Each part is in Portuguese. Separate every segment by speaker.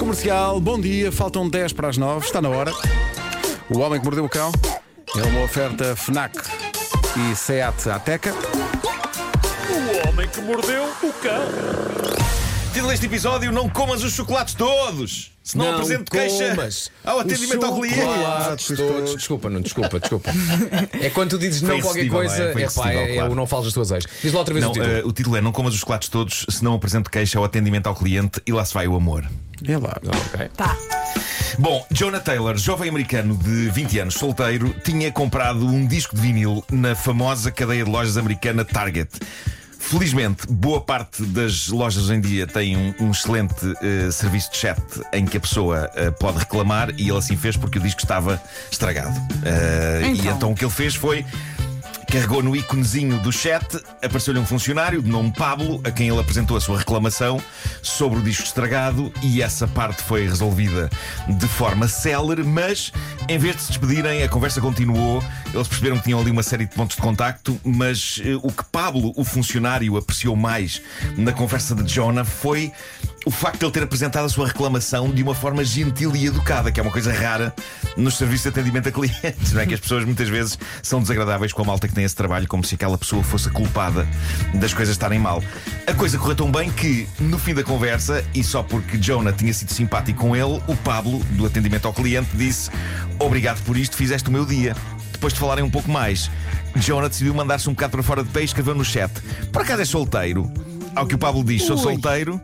Speaker 1: Comercial, bom dia, faltam 10 para as 9, está na hora. O Homem que Mordeu o Cão é uma oferta FNAC e SEAT Ateca.
Speaker 2: O homem que mordeu o cão.
Speaker 3: Título deste episódio: Não comas os chocolates todos! Se não apresento queixa
Speaker 4: comas
Speaker 3: ao atendimento ao cliente.
Speaker 1: chocolates todos.
Speaker 4: Todos. Desculpa, não, desculpa, desculpa. É quando tu dizes
Speaker 3: Foi
Speaker 4: não qualquer
Speaker 3: irresistível,
Speaker 4: coisa,
Speaker 3: não é? Foi
Speaker 4: é, pá,
Speaker 3: irresistível,
Speaker 4: é
Speaker 3: claro.
Speaker 4: o não falas das tuas ex. Diz lá outra vez
Speaker 3: Não,
Speaker 4: o título.
Speaker 3: eh, o título é Não comas os chocolates todos, se não apresento queixa ao atendimento ao cliente e lá se vai o amor.
Speaker 1: É lá.
Speaker 3: Bom, Jonah Taylor, jovem americano de 20 anos, solteiro, tinha comprado um disco de vinil na famosa cadeia de lojas americana Target. Felizmente, boa parte das lojas hoje em dia têm um, um excelente eh, serviço de chat em que a pessoa eh, pode reclamar e ele assim fez porque o disco estava estragado. Eh, E
Speaker 5: Então.
Speaker 3: então o que ele fez foi Carregou no íconezinho do chat, apareceu-lhe um funcionário de nome Pablo, a quem ele apresentou a sua reclamação sobre o disco estragado e essa parte foi resolvida de forma célere, mas em vez de se despedirem, a conversa continuou. Eles perceberam que tinham ali uma série de pontos de contacto, mas eh, o que Pablo, o funcionário, apreciou mais na conversa de Jonah foi o facto de ele ter apresentado a sua reclamação de uma forma gentil e educada, que é uma coisa rara nos serviços de atendimento a clientes, não é? Que as pessoas muitas vezes são desagradáveis com a malta que tem esse trabalho, como se aquela pessoa fosse a culpada das coisas estarem mal. A coisa correu tão bem que, no fim da conversa, e só porque Jonah tinha sido simpático com ele, o Pablo, do atendimento ao cliente, disse: Obrigado por isto, fizeste o meu dia. Depois de falarem um pouco mais, Jonah decidiu mandar-se um bocado para fora de pé e escreveu no chat: Por acaso é solteiro? Ao que o Pablo diz: Sou solteiro.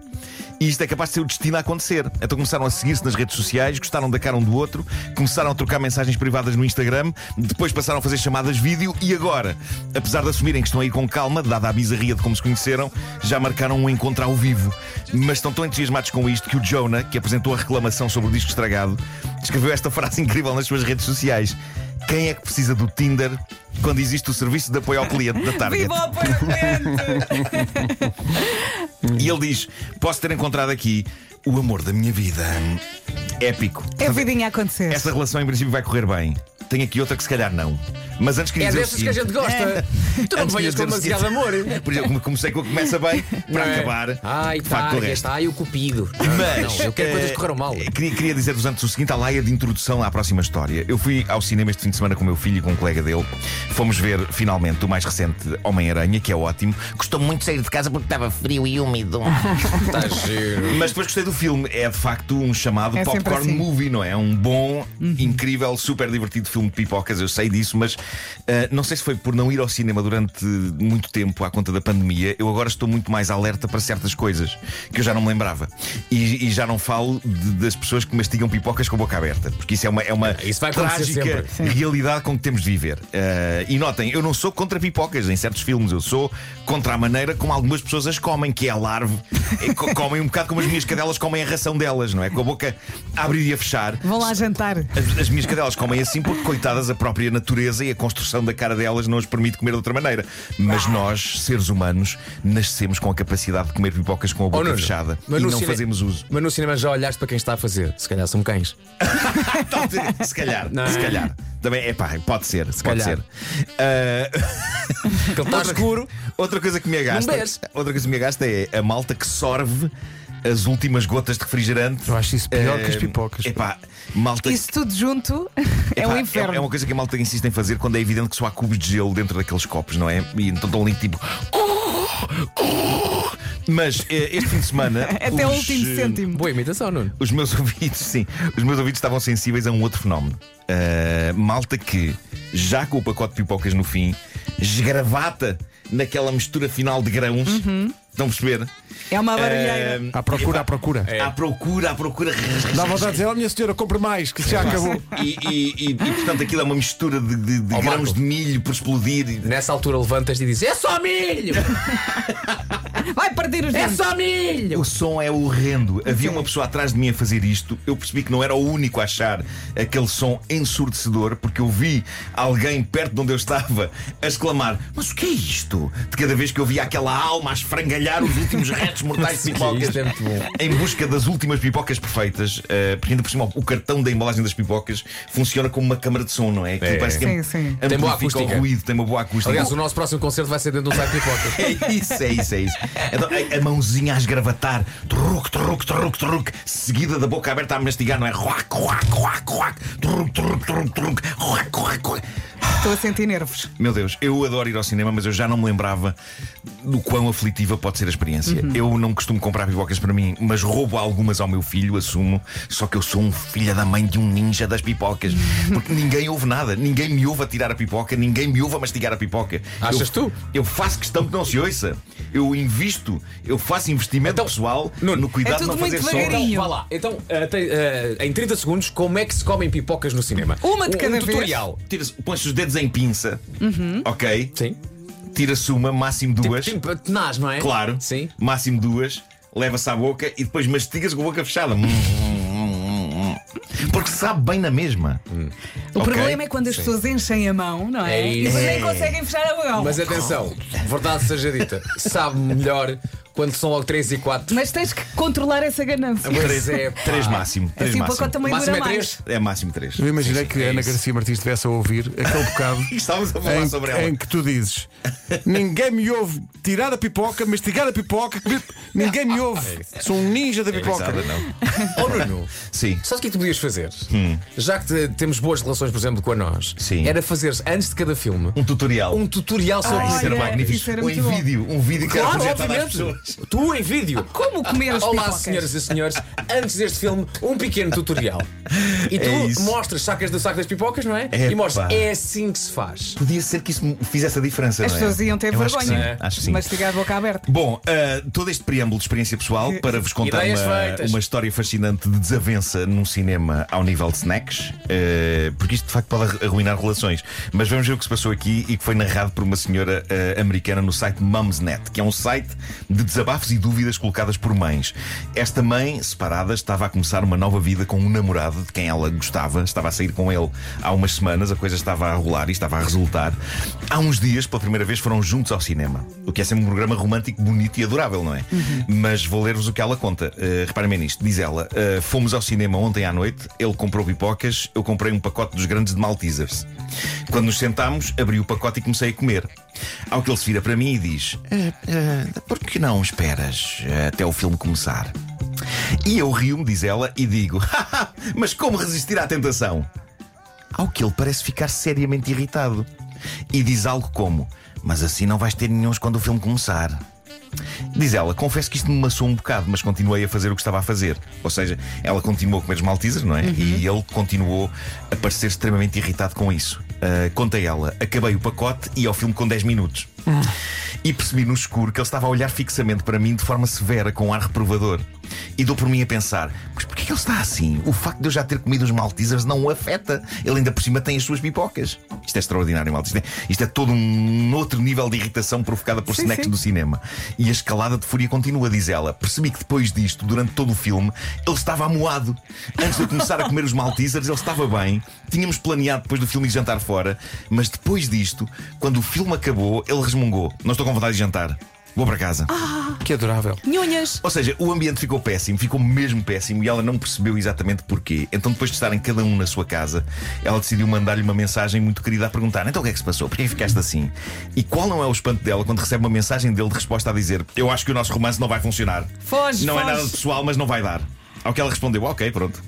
Speaker 3: E isto é capaz de ser o destino a acontecer. Então começaram a seguir-se nas redes sociais, gostaram da cara um do outro, começaram a trocar mensagens privadas no Instagram, depois passaram a fazer chamadas vídeo e agora, apesar de assumirem que estão a ir com calma, dada a bizarria de como se conheceram, já marcaram um encontro ao vivo. Mas estão tão entusiasmados com isto que o Jonah, que apresentou a reclamação sobre o disco estragado, escreveu esta frase incrível nas suas redes sociais: Quem é que precisa do Tinder quando existe o serviço de apoio ao cliente da Target?
Speaker 5: Viva o apartamento!
Speaker 3: E ele diz: Posso ter encontrado aqui o amor da minha vida. Épico.
Speaker 5: É a vidinha a acontecer.
Speaker 3: Esta relação em princípio vai correr bem. Tenho aqui outra que se calhar não. Mas antes queria
Speaker 4: É
Speaker 3: dizer o
Speaker 4: dessas que a
Speaker 3: seguinte. É.
Speaker 4: gente gosta. Tu não
Speaker 3: Antes
Speaker 4: venhas
Speaker 3: de
Speaker 4: com
Speaker 3: eu dizer o
Speaker 4: demasiado amor.
Speaker 3: seguinte- Por exemplo, comecei com a começa bem para
Speaker 4: Não é?
Speaker 3: acabar.
Speaker 4: Ai, tá,
Speaker 3: de facto, com o
Speaker 4: Target,
Speaker 3: resto.
Speaker 4: ai, o Cupido. Não,
Speaker 3: Mas
Speaker 4: não, eu quero coisas que corram mal.
Speaker 3: eh, Queria, queria dizer-vos antes o seguinte, à laia de introdução à próxima história. Eu fui ao cinema este fim de semana com o meu filho e com um colega dele. Fomos ver finalmente o mais recente Homem-Aranha, que é ótimo. Custou muito sair de casa porque estava frio e úmido. tá
Speaker 4: Está Tá giro.
Speaker 3: Mas depois gostei do filme. É de facto um chamado
Speaker 5: É sempre
Speaker 3: popcorn
Speaker 5: assim. Uhum.
Speaker 3: movie, não é? Um bom, incrível, super divertido filme de pipocas. Eu sei disso, mas ah, não sei se foi por não ir ao cinema durante muito tempo à conta da pandemia. Eu agora estou muito mais alerta para certas coisas que eu já não me lembrava. E, e já não falo de- das pessoas que mastigam pipocas com a boca aberta, porque isso é uma, é uma
Speaker 4: Isso vai acontecer
Speaker 3: trágica
Speaker 4: sempre.
Speaker 3: realidade com que temos de viver. Eh, e notem, eu não sou contra pipocas em certos filmes, eu sou contra a maneira como algumas pessoas as comem, que é a larve. Eh, co- comem um bocado como as minhas cadelas comem a ração delas, não é? Com a boca a abrir e a fechar.
Speaker 5: Vão lá jantar.
Speaker 3: As, as minhas cadelas comem assim porque, coitadas, a própria natureza e a construção da cara delas não as permite comer de outra maneira. Mas nós, seres humanos, nascemos com a capacidade de comer pipocas com a boca
Speaker 4: Oh, Nuno,
Speaker 3: fechada
Speaker 4: mas
Speaker 3: e
Speaker 4: no
Speaker 3: não
Speaker 4: cine-
Speaker 3: fazemos uso.
Speaker 4: Mas no cinema já olhaste para quem está a fazer. Se calhar são cães.
Speaker 3: Talvez, Então, se calhar,
Speaker 4: Não é?
Speaker 3: se calhar. Também, é pá, pode ser, se pode
Speaker 4: calhar.
Speaker 3: ser. Ah,
Speaker 4: Que ele está escuro.
Speaker 3: outra coisa
Speaker 5: Um
Speaker 3: que me agasta,
Speaker 4: Não bebes.
Speaker 3: outra coisa que me agasta é a malta que sorve as últimas gotas de refrigerante.
Speaker 1: Eu acho isso pior
Speaker 3: Ah,
Speaker 4: Eh,
Speaker 1: que as pipocas.
Speaker 3: É pá, malta
Speaker 5: Isso tudo junto é
Speaker 3: Epá,
Speaker 5: um inferno.
Speaker 3: É, uma coisa que a malta insiste em fazer quando é evidente que só há cubos de gelo dentro daqueles copos, não é? E então estão ali tipo. Mas eh, este fim de semana.
Speaker 5: Até o
Speaker 3: os,
Speaker 5: último
Speaker 3: eh,
Speaker 5: cêntimo.
Speaker 4: Boa imitação, Nuno.
Speaker 3: os meus ouvidos, sim, os meus ouvidos estavam sensíveis a um outro fenómeno. Ah, malta que, já com o pacote de pipocas no fim, esgravata naquela mistura final de grãos. Estão a perceber?
Speaker 5: É uma barulheira.
Speaker 3: Ah,
Speaker 1: À procura, à procura.
Speaker 4: É.
Speaker 3: À procura, à procura.
Speaker 1: Dá vontade de dizer, ó minha senhora, compre mais, que já acabou.
Speaker 3: E, e- e- e, portanto aquilo é uma mistura de, de- de
Speaker 4: Ó,
Speaker 3: grãos
Speaker 4: Marco.
Speaker 3: de milho por explodir. e-
Speaker 4: Nessa altura levantas e dizes: É só milho!
Speaker 5: Vai partir os
Speaker 4: É
Speaker 5: dentes.
Speaker 4: só milho!
Speaker 3: O som é horrendo. Havia uma pessoa atrás de mim a fazer isto. Eu percebi que não era o único a achar aquele som ensurdecedor, porque eu vi alguém perto de onde eu estava a exclamar: Mas o que é isto? De cada vez que eu via aquela alma a esfrangalhar os últimos restos mortais de pipocas
Speaker 4: Isto é muito bom.
Speaker 3: em busca das últimas pipocas perfeitas, eh, porque ainda por cima o cartão da embalagem das pipocas funciona como uma câmara de som, não é? Aquilo
Speaker 4: É.
Speaker 3: parece que
Speaker 5: Sim,
Speaker 3: am-
Speaker 5: sim.
Speaker 3: amplifica
Speaker 4: Tem boa
Speaker 3: o
Speaker 4: acústica.
Speaker 3: ruído, tem uma boa acústica.
Speaker 4: Aliás, o nosso próximo concerto vai ser dentro de um saco de pipocas.
Speaker 3: É isso, é isso, é isso. Então, a, a mãozinha a esgravatar, truque, truque, truque, truque, seguida da boca aberta a mastigar, não é? Ruac, ruac, ruac, ruac, truque, truque, truque, truque, ruac, ruac, ruac.
Speaker 5: Estou a sentir nervos.
Speaker 3: Meu Deus, eu adoro ir ao cinema, mas eu já não me lembrava do quão aflitiva pode ser a experiência.
Speaker 4: Uhum.
Speaker 3: Eu não costumo comprar pipocas para mim, mas roubo algumas ao meu filho, assumo. Só que eu sou um filho da mãe de um ninja das pipocas. Porque ninguém ouve nada, ninguém me ouve a tirar a pipoca, ninguém me ouve a mastigar a pipoca.
Speaker 4: Achas
Speaker 3: Eu-
Speaker 4: tu?
Speaker 3: Eu faço questão que não se ouça. Eu invisto, eu faço investimento
Speaker 4: Então,
Speaker 3: pessoal
Speaker 4: Nuno,
Speaker 3: no cuidado
Speaker 5: é
Speaker 3: de
Speaker 5: tudo
Speaker 3: não fazer
Speaker 5: muito
Speaker 3: som.
Speaker 5: devagarinho. Carinho.
Speaker 4: Vá lá, então, eh, tem, eh, em 30 segundos, como é que se comem pipocas no cinema?
Speaker 5: Uma de
Speaker 4: Um-
Speaker 5: cada
Speaker 4: um
Speaker 5: vez.
Speaker 4: tutorial.
Speaker 3: Tiras- Pões os dedos em pinça, ok?
Speaker 4: Sim.
Speaker 3: Tira-se uma, máximo duas.
Speaker 4: Uhum. Tipo, tenaz, não é?
Speaker 3: Claro.
Speaker 4: Sim.
Speaker 3: Máximo duas, leva-se à boca e depois mastigas com a boca fechada. Hum, hum, hum, hum. Porque sabe bem na mesma.
Speaker 5: O problema é quando as pessoas enchem a mão, não é?
Speaker 4: É
Speaker 5: e
Speaker 4: isso.
Speaker 5: depois nem conseguem fechar a mão.
Speaker 4: Mas
Speaker 5: Mas,
Speaker 4: é- atenção, verdade seja dita, sabe melhor quando são logo 3 e 4.
Speaker 5: tens que controlar essa ganância.
Speaker 4: Pois é, pá.
Speaker 3: Três máximo. Três
Speaker 5: assim o
Speaker 3: máximo.
Speaker 5: pacote também
Speaker 4: Máximo
Speaker 5: dura
Speaker 4: é
Speaker 5: mais.
Speaker 4: 3.
Speaker 3: É máximo três.
Speaker 1: Eu imaginei que
Speaker 4: é
Speaker 1: Ana
Speaker 4: isso.
Speaker 1: Garcia Martins estivesse a ouvir aquele bocado
Speaker 3: Estávamos a falar sobre ela.
Speaker 1: em, em que tu dizes: Ninguém me ouve tirar a pipoca, mastigar a pipoca, comer- ninguém me
Speaker 3: É
Speaker 1: ouve. Sou um ninja da pipoca.
Speaker 3: Exato, não. é?
Speaker 4: Oh, Nuno,
Speaker 3: Sim.
Speaker 4: sabes o que é que tu podias fazer? Já que te- temos boas relações, por exemplo, com a nós,
Speaker 3: Hum. Sim.
Speaker 4: era fazeres antes de cada filme
Speaker 3: Um tutorial.
Speaker 4: um tutorial sobre
Speaker 5: Ah,
Speaker 3: Isso
Speaker 4: isso.
Speaker 3: era
Speaker 5: Olha,
Speaker 3: magnífico.
Speaker 5: isso era
Speaker 3: Ou em
Speaker 5: muito bom.
Speaker 3: vídeo. Um vídeo que era
Speaker 4: Claro,
Speaker 3: projetado às
Speaker 4: obviamente.
Speaker 3: pessoas.
Speaker 4: Tu em vídeo.
Speaker 5: Como comer as
Speaker 4: Olá,
Speaker 5: pipocas?
Speaker 4: senhoras e senhores. Antes deste filme, um pequeno tutorial. E tu
Speaker 3: É isso.
Speaker 4: mostras, sacas do saco das pipocas, não é?
Speaker 3: Epá.
Speaker 4: E mostras, é assim que se faz.
Speaker 3: Podia ser que isso fizesse a diferença.
Speaker 5: As
Speaker 3: não é?
Speaker 5: pessoas iam ter
Speaker 3: Eu acho que
Speaker 5: vergonha.
Speaker 3: sim, Acho que sim.
Speaker 5: Mastigar a boca aberta.
Speaker 3: Bom, ah, todo este preâmbulo de experiência pessoal para vos contar
Speaker 4: Ideias
Speaker 3: uma,
Speaker 4: feitas.
Speaker 3: uma história fascinante de desavença num cinema ao nível de snacks, ah, porque isto de facto pode arru- arruinar relações. Mas vamos ver o que se passou aqui e que foi narrado por uma senhora ah, americana no site Mumsnet, que é um site de desabafos e dúvidas colocadas por mães. Esta mãe, separada, estava a começar uma nova vida com um namorado de quem ela gostava, estava a sair com ele há umas semanas, a coisa estava a rolar e estava a resultar. Há uns dias, pela primeira vez, foram juntos ao cinema, o que é sempre um programa romântico, bonito e adorável, não é? Mas vou ler-vos o que ela conta. Uh, reparem bem nisto. Diz ela: uh, Fomos ao cinema ontem à noite, ele comprou pipocas, eu comprei um pacote dos grandes de Maltesers. Quando nos sentámos, abri o pacote e comecei a comer. Ao que ele se vira para mim e diz: "Eh, eh, Por que não esperas eh, até o filme começar? E eu rio-me, diz ela, e digo: "Haha, Mas como resistir à tentação? Ao que ele parece ficar seriamente irritado e diz algo como: Mas assim não vais ter nenhum quando o filme começar. Diz ela, confesso que isto me maçou um bocado, mas continuei a fazer o que estava a fazer. Ou seja, ela continuou a comer os maltesers, não é? E ele continuou a parecer extremamente irritado com isso. Ah, conta ela, acabei o pacote e ao filme com 10 minutos. E percebi no escuro que ele estava a olhar fixamente para mim de forma severa, com um ar reprovador. E dou por mim a pensar: mas porquê que ele está assim? O facto de eu já ter comido os maltesers não o afeta. Ele ainda por cima tem as suas pipocas. Isto é extraordinário, malta. Isto é, isto é todo um outro nível de irritação provocada por
Speaker 5: Sim,
Speaker 3: snacks
Speaker 5: sim.
Speaker 3: do cinema. E a escalada de fúria continua, diz ela. Percebi que depois disto, durante todo o filme, ele estava amuado. Antes de eu começar a comer os Maltesers, ele estava bem. Tínhamos planeado depois do filme ir jantar fora. Mas depois disto, quando o filme acabou, ele resmungou: Não estou com vontade de jantar. Vou para casa.
Speaker 1: Que adorável.
Speaker 5: Nhonhas.
Speaker 3: Ou seja, o ambiente ficou péssimo, ficou mesmo péssimo e ela não percebeu exatamente porquê. Então, depois de estarem cada um na sua casa, ela decidiu mandar-lhe uma mensagem muito querida a perguntar: então o que é que se passou? Porquê ficaste assim? E qual não é o espanto dela quando recebe uma mensagem dele de resposta a dizer: Eu acho que o nosso romance não vai funcionar.
Speaker 5: Foge,
Speaker 3: Não
Speaker 5: foge.
Speaker 3: é nada de pessoal, mas não vai dar. Ao que ela respondeu: Ok, pronto.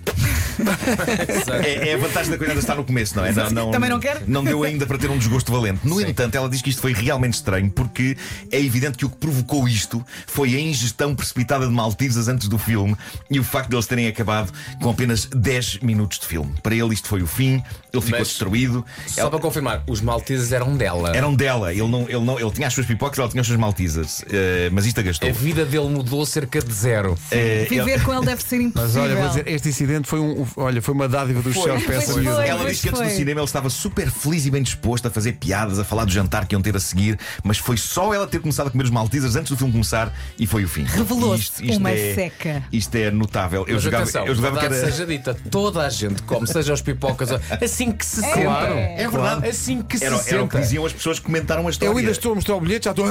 Speaker 3: É, é a vantagem da coisa ainda está no começo, não é?
Speaker 5: Também não quero.
Speaker 3: Não deu ainda para ter um desgosto valente. No entanto, ela diz que isto foi realmente estranho porque é evidente que o que provocou isto foi a ingestão precipitada de Maltesas antes do filme e o facto de eles terem acabado com apenas 10 minutos de filme. Para ele, isto foi o fim, ele ficou
Speaker 4: Mas-
Speaker 3: destruído.
Speaker 4: Só
Speaker 3: Ela-
Speaker 4: para confirmar, os malteses eram dela.
Speaker 3: Eram dela, ele, não, ele, não, ele tinha as suas pipocas, ela tinha os seus Maltesers, Eh, mas isto a gastou.
Speaker 4: A vida dele mudou cerca de zero.
Speaker 3: Eh, ele-
Speaker 5: Viver com ele deve ser impossível.
Speaker 1: Mas olha, vou dizer, este incidente foi um, olha, foi uma dádiva dos céus para essa
Speaker 5: Pois
Speaker 1: miúda.
Speaker 5: foi.
Speaker 3: Ela disse que antes do
Speaker 5: foi.
Speaker 3: cinema ele estava super feliz e bem disposto a fazer piadas, a falar do jantar que iam ter a seguir, mas foi só ela ter começado a comer os maltesas antes do filme começar e foi o fim.
Speaker 5: Revelou-se
Speaker 3: Isto- isto
Speaker 5: uma
Speaker 3: é-
Speaker 5: seca.
Speaker 3: Isto é notável. Eu
Speaker 4: Mas
Speaker 3: jogava,
Speaker 4: atenção,
Speaker 3: eu jogava que
Speaker 4: verdade
Speaker 3: era.
Speaker 4: seja dita, toda a gente come, seja os pipocas, assim que se senta.
Speaker 5: Claro,
Speaker 3: é verdade.
Speaker 4: Assim que
Speaker 3: Era,
Speaker 4: se
Speaker 3: era o que
Speaker 4: senta.
Speaker 3: diziam as pessoas que comentaram a história.
Speaker 1: Eu ainda estou a mostrar o bilhete, já estou.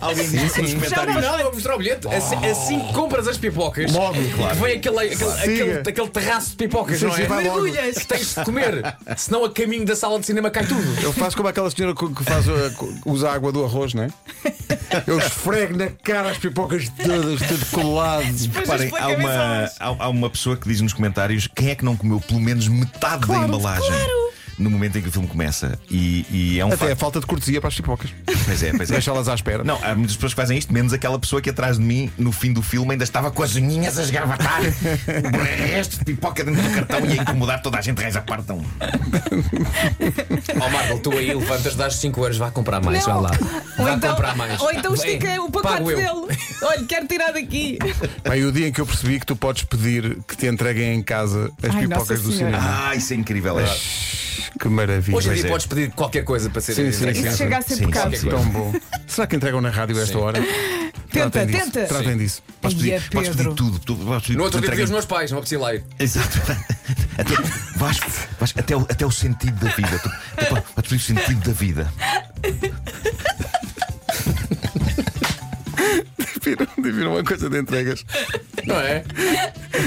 Speaker 3: Alguém disse nos
Speaker 4: Já não,
Speaker 3: comentários.
Speaker 4: não, vou mostrar o
Speaker 3: Oh.
Speaker 4: bilhete. Assim, assim que compras as pipocas,
Speaker 1: Logo, claro.
Speaker 4: vem aquele, aquele,
Speaker 1: Siga.
Speaker 4: aquele, aquele terraço de pipocas,
Speaker 1: Sim,
Speaker 4: não
Speaker 1: sim,
Speaker 4: é?
Speaker 1: vai logo.
Speaker 4: Mergulhas. Tens de comer, senão a caminho da sala de cinema cai tudo.
Speaker 1: Eu faço como aquela senhora que que faz, uh, que usa a água do arroz, não é? Eu esfrego na cara as pipocas todas, tudo colado.
Speaker 3: Reparem, há uma, há, há uma pessoa que diz nos comentários quem é que não comeu pelo menos metade da embalagem no momento em que o filme começa. E, e é um
Speaker 1: Até a
Speaker 3: facto.
Speaker 1: falta de cortesia para as pipocas.
Speaker 3: Pois é, pois é.
Speaker 1: Deixá-las à espera.
Speaker 3: Não, há muitas pessoas que fazem isto, menos aquela pessoa que atrás de mim, no fim do filme, ainda estava com as unhinhas a esgravatar o resto de pipoca dentro do cartão e a incomodar toda a gente, reza partão.
Speaker 4: Ó Marco, tu aí levantas, dás 5 euros, vá comprar mais, vai
Speaker 5: Não.
Speaker 4: lá.
Speaker 5: Ou
Speaker 4: Vá
Speaker 5: então,
Speaker 4: comprar mais.
Speaker 5: ou então
Speaker 4: Vem,
Speaker 5: estica o pacote
Speaker 4: pago eu.
Speaker 5: dele. Olha, quero tirar daqui.
Speaker 1: Bem, o dia em que eu percebi que tu podes pedir que te entreguem em casa as
Speaker 5: Ai, Nossa
Speaker 1: pipocas do
Speaker 5: Senhora.
Speaker 1: cinema.
Speaker 3: Ah, isso é incrível. É.
Speaker 1: Que maravilha.
Speaker 4: Ah. Hoje em
Speaker 3: Pois
Speaker 4: dia
Speaker 3: é.
Speaker 4: podes pedir qualquer coisa para ser
Speaker 1: Sim, sim,
Speaker 4: entregue.
Speaker 1: sim.
Speaker 5: Isso chega a ser
Speaker 3: Sim,
Speaker 5: pecado.
Speaker 3: sim, sim.
Speaker 1: Tão bom. Será que entregam na rádio a esta hora? Tratem disso,
Speaker 5: tenta.
Speaker 1: Tratem disso.
Speaker 3: Podes
Speaker 5: Ai, é
Speaker 3: pedir, podes pedir
Speaker 5: Pedro.
Speaker 3: tudo. tu- podes pedir-
Speaker 4: No outro
Speaker 3: tu
Speaker 4: dia pedi
Speaker 3: entregas-
Speaker 4: aos meus pais, não precisa lá ir.
Speaker 3: Exato. Até, vais, vais até, o, até o sentido da vida. Tu, tu, podes pedir o sentido da vida.
Speaker 1: Viram, viram uma coisa de entregas.
Speaker 4: Não é?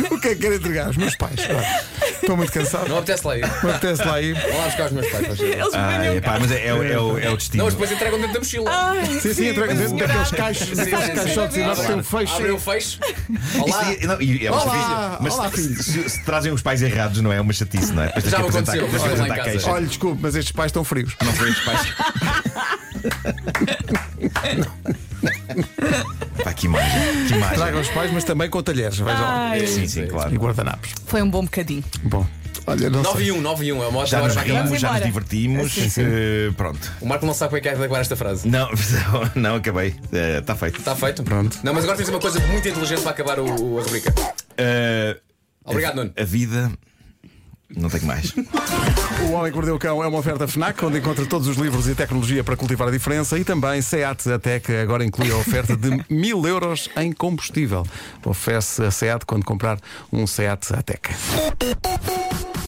Speaker 1: O que é que quero entregar? Os meus pais. Olha, Estou muito cansado.
Speaker 4: Não apetece lá ir.
Speaker 1: Não apetece lá ir.
Speaker 4: Vou lá buscar os meus pais, faz favor.
Speaker 5: Eles
Speaker 3: Ah,
Speaker 5: venham
Speaker 3: é, pá, mas é, é, o- é o, é o destino.
Speaker 4: Não, mas depois entregam dentro da mochila.
Speaker 5: Ai,
Speaker 1: Sim, sim, assim entrega dentro daqueles caixos, daqueles
Speaker 4: sim,
Speaker 1: caixotes
Speaker 5: sim.
Speaker 1: enormes, tem um
Speaker 4: Abrem o
Speaker 1: fecho.
Speaker 4: fecho.
Speaker 3: Isto
Speaker 4: Olá.
Speaker 3: é- não, e é uma
Speaker 1: Olá,
Speaker 3: chatice. mas
Speaker 1: olá,
Speaker 3: se, se- se trazem os pais errados, não é? É uma chatice, não é? Depois tens
Speaker 4: Já
Speaker 3: que
Speaker 4: me
Speaker 3: apresentar-
Speaker 4: aconteceu.
Speaker 3: depois tens que
Speaker 4: Olha lá em
Speaker 3: apresentar
Speaker 4: casa.
Speaker 3: queixas.
Speaker 1: Olha, desculpe, mas estes pais estão frios.
Speaker 3: Não foi estes pais. Pá, que imagem. né? Que imagem.
Speaker 1: Tragam os pais, mas também com talheres, vejam lá.
Speaker 5: ai.
Speaker 3: Sim, sim,
Speaker 1: E
Speaker 3: claro.
Speaker 1: guardanapos.
Speaker 5: Foi um bom bocadinho.
Speaker 1: Bom, olha, não
Speaker 4: 9
Speaker 1: sei.
Speaker 4: e 1, 9 e 1. É uma ótima
Speaker 3: Já
Speaker 4: hora
Speaker 3: nos
Speaker 4: para acabar.
Speaker 3: rimos, já nos
Speaker 5: embora.
Speaker 3: divertimos. eh, pronto.
Speaker 4: O Marco não sabe como é que é de acabar esta frase.
Speaker 3: Não, não, acabei. Está feito.
Speaker 4: Está feito?
Speaker 1: Pronto.
Speaker 4: Não, mas agora tens uma coisa muito inteligente para acabar o, o- a rubrica.
Speaker 3: Eh,
Speaker 4: Obrigado, Nuno.
Speaker 3: a vida. Não tem mais.
Speaker 1: O Homem que Mordeu o Cão é uma oferta FNAC, onde encontra todos os livros e tecnologia para cultivar a diferença e também SEAT, até que agora inclui a oferta de mil euros em combustível. Oferece a SEAT quando comprar um SEAT Ateca.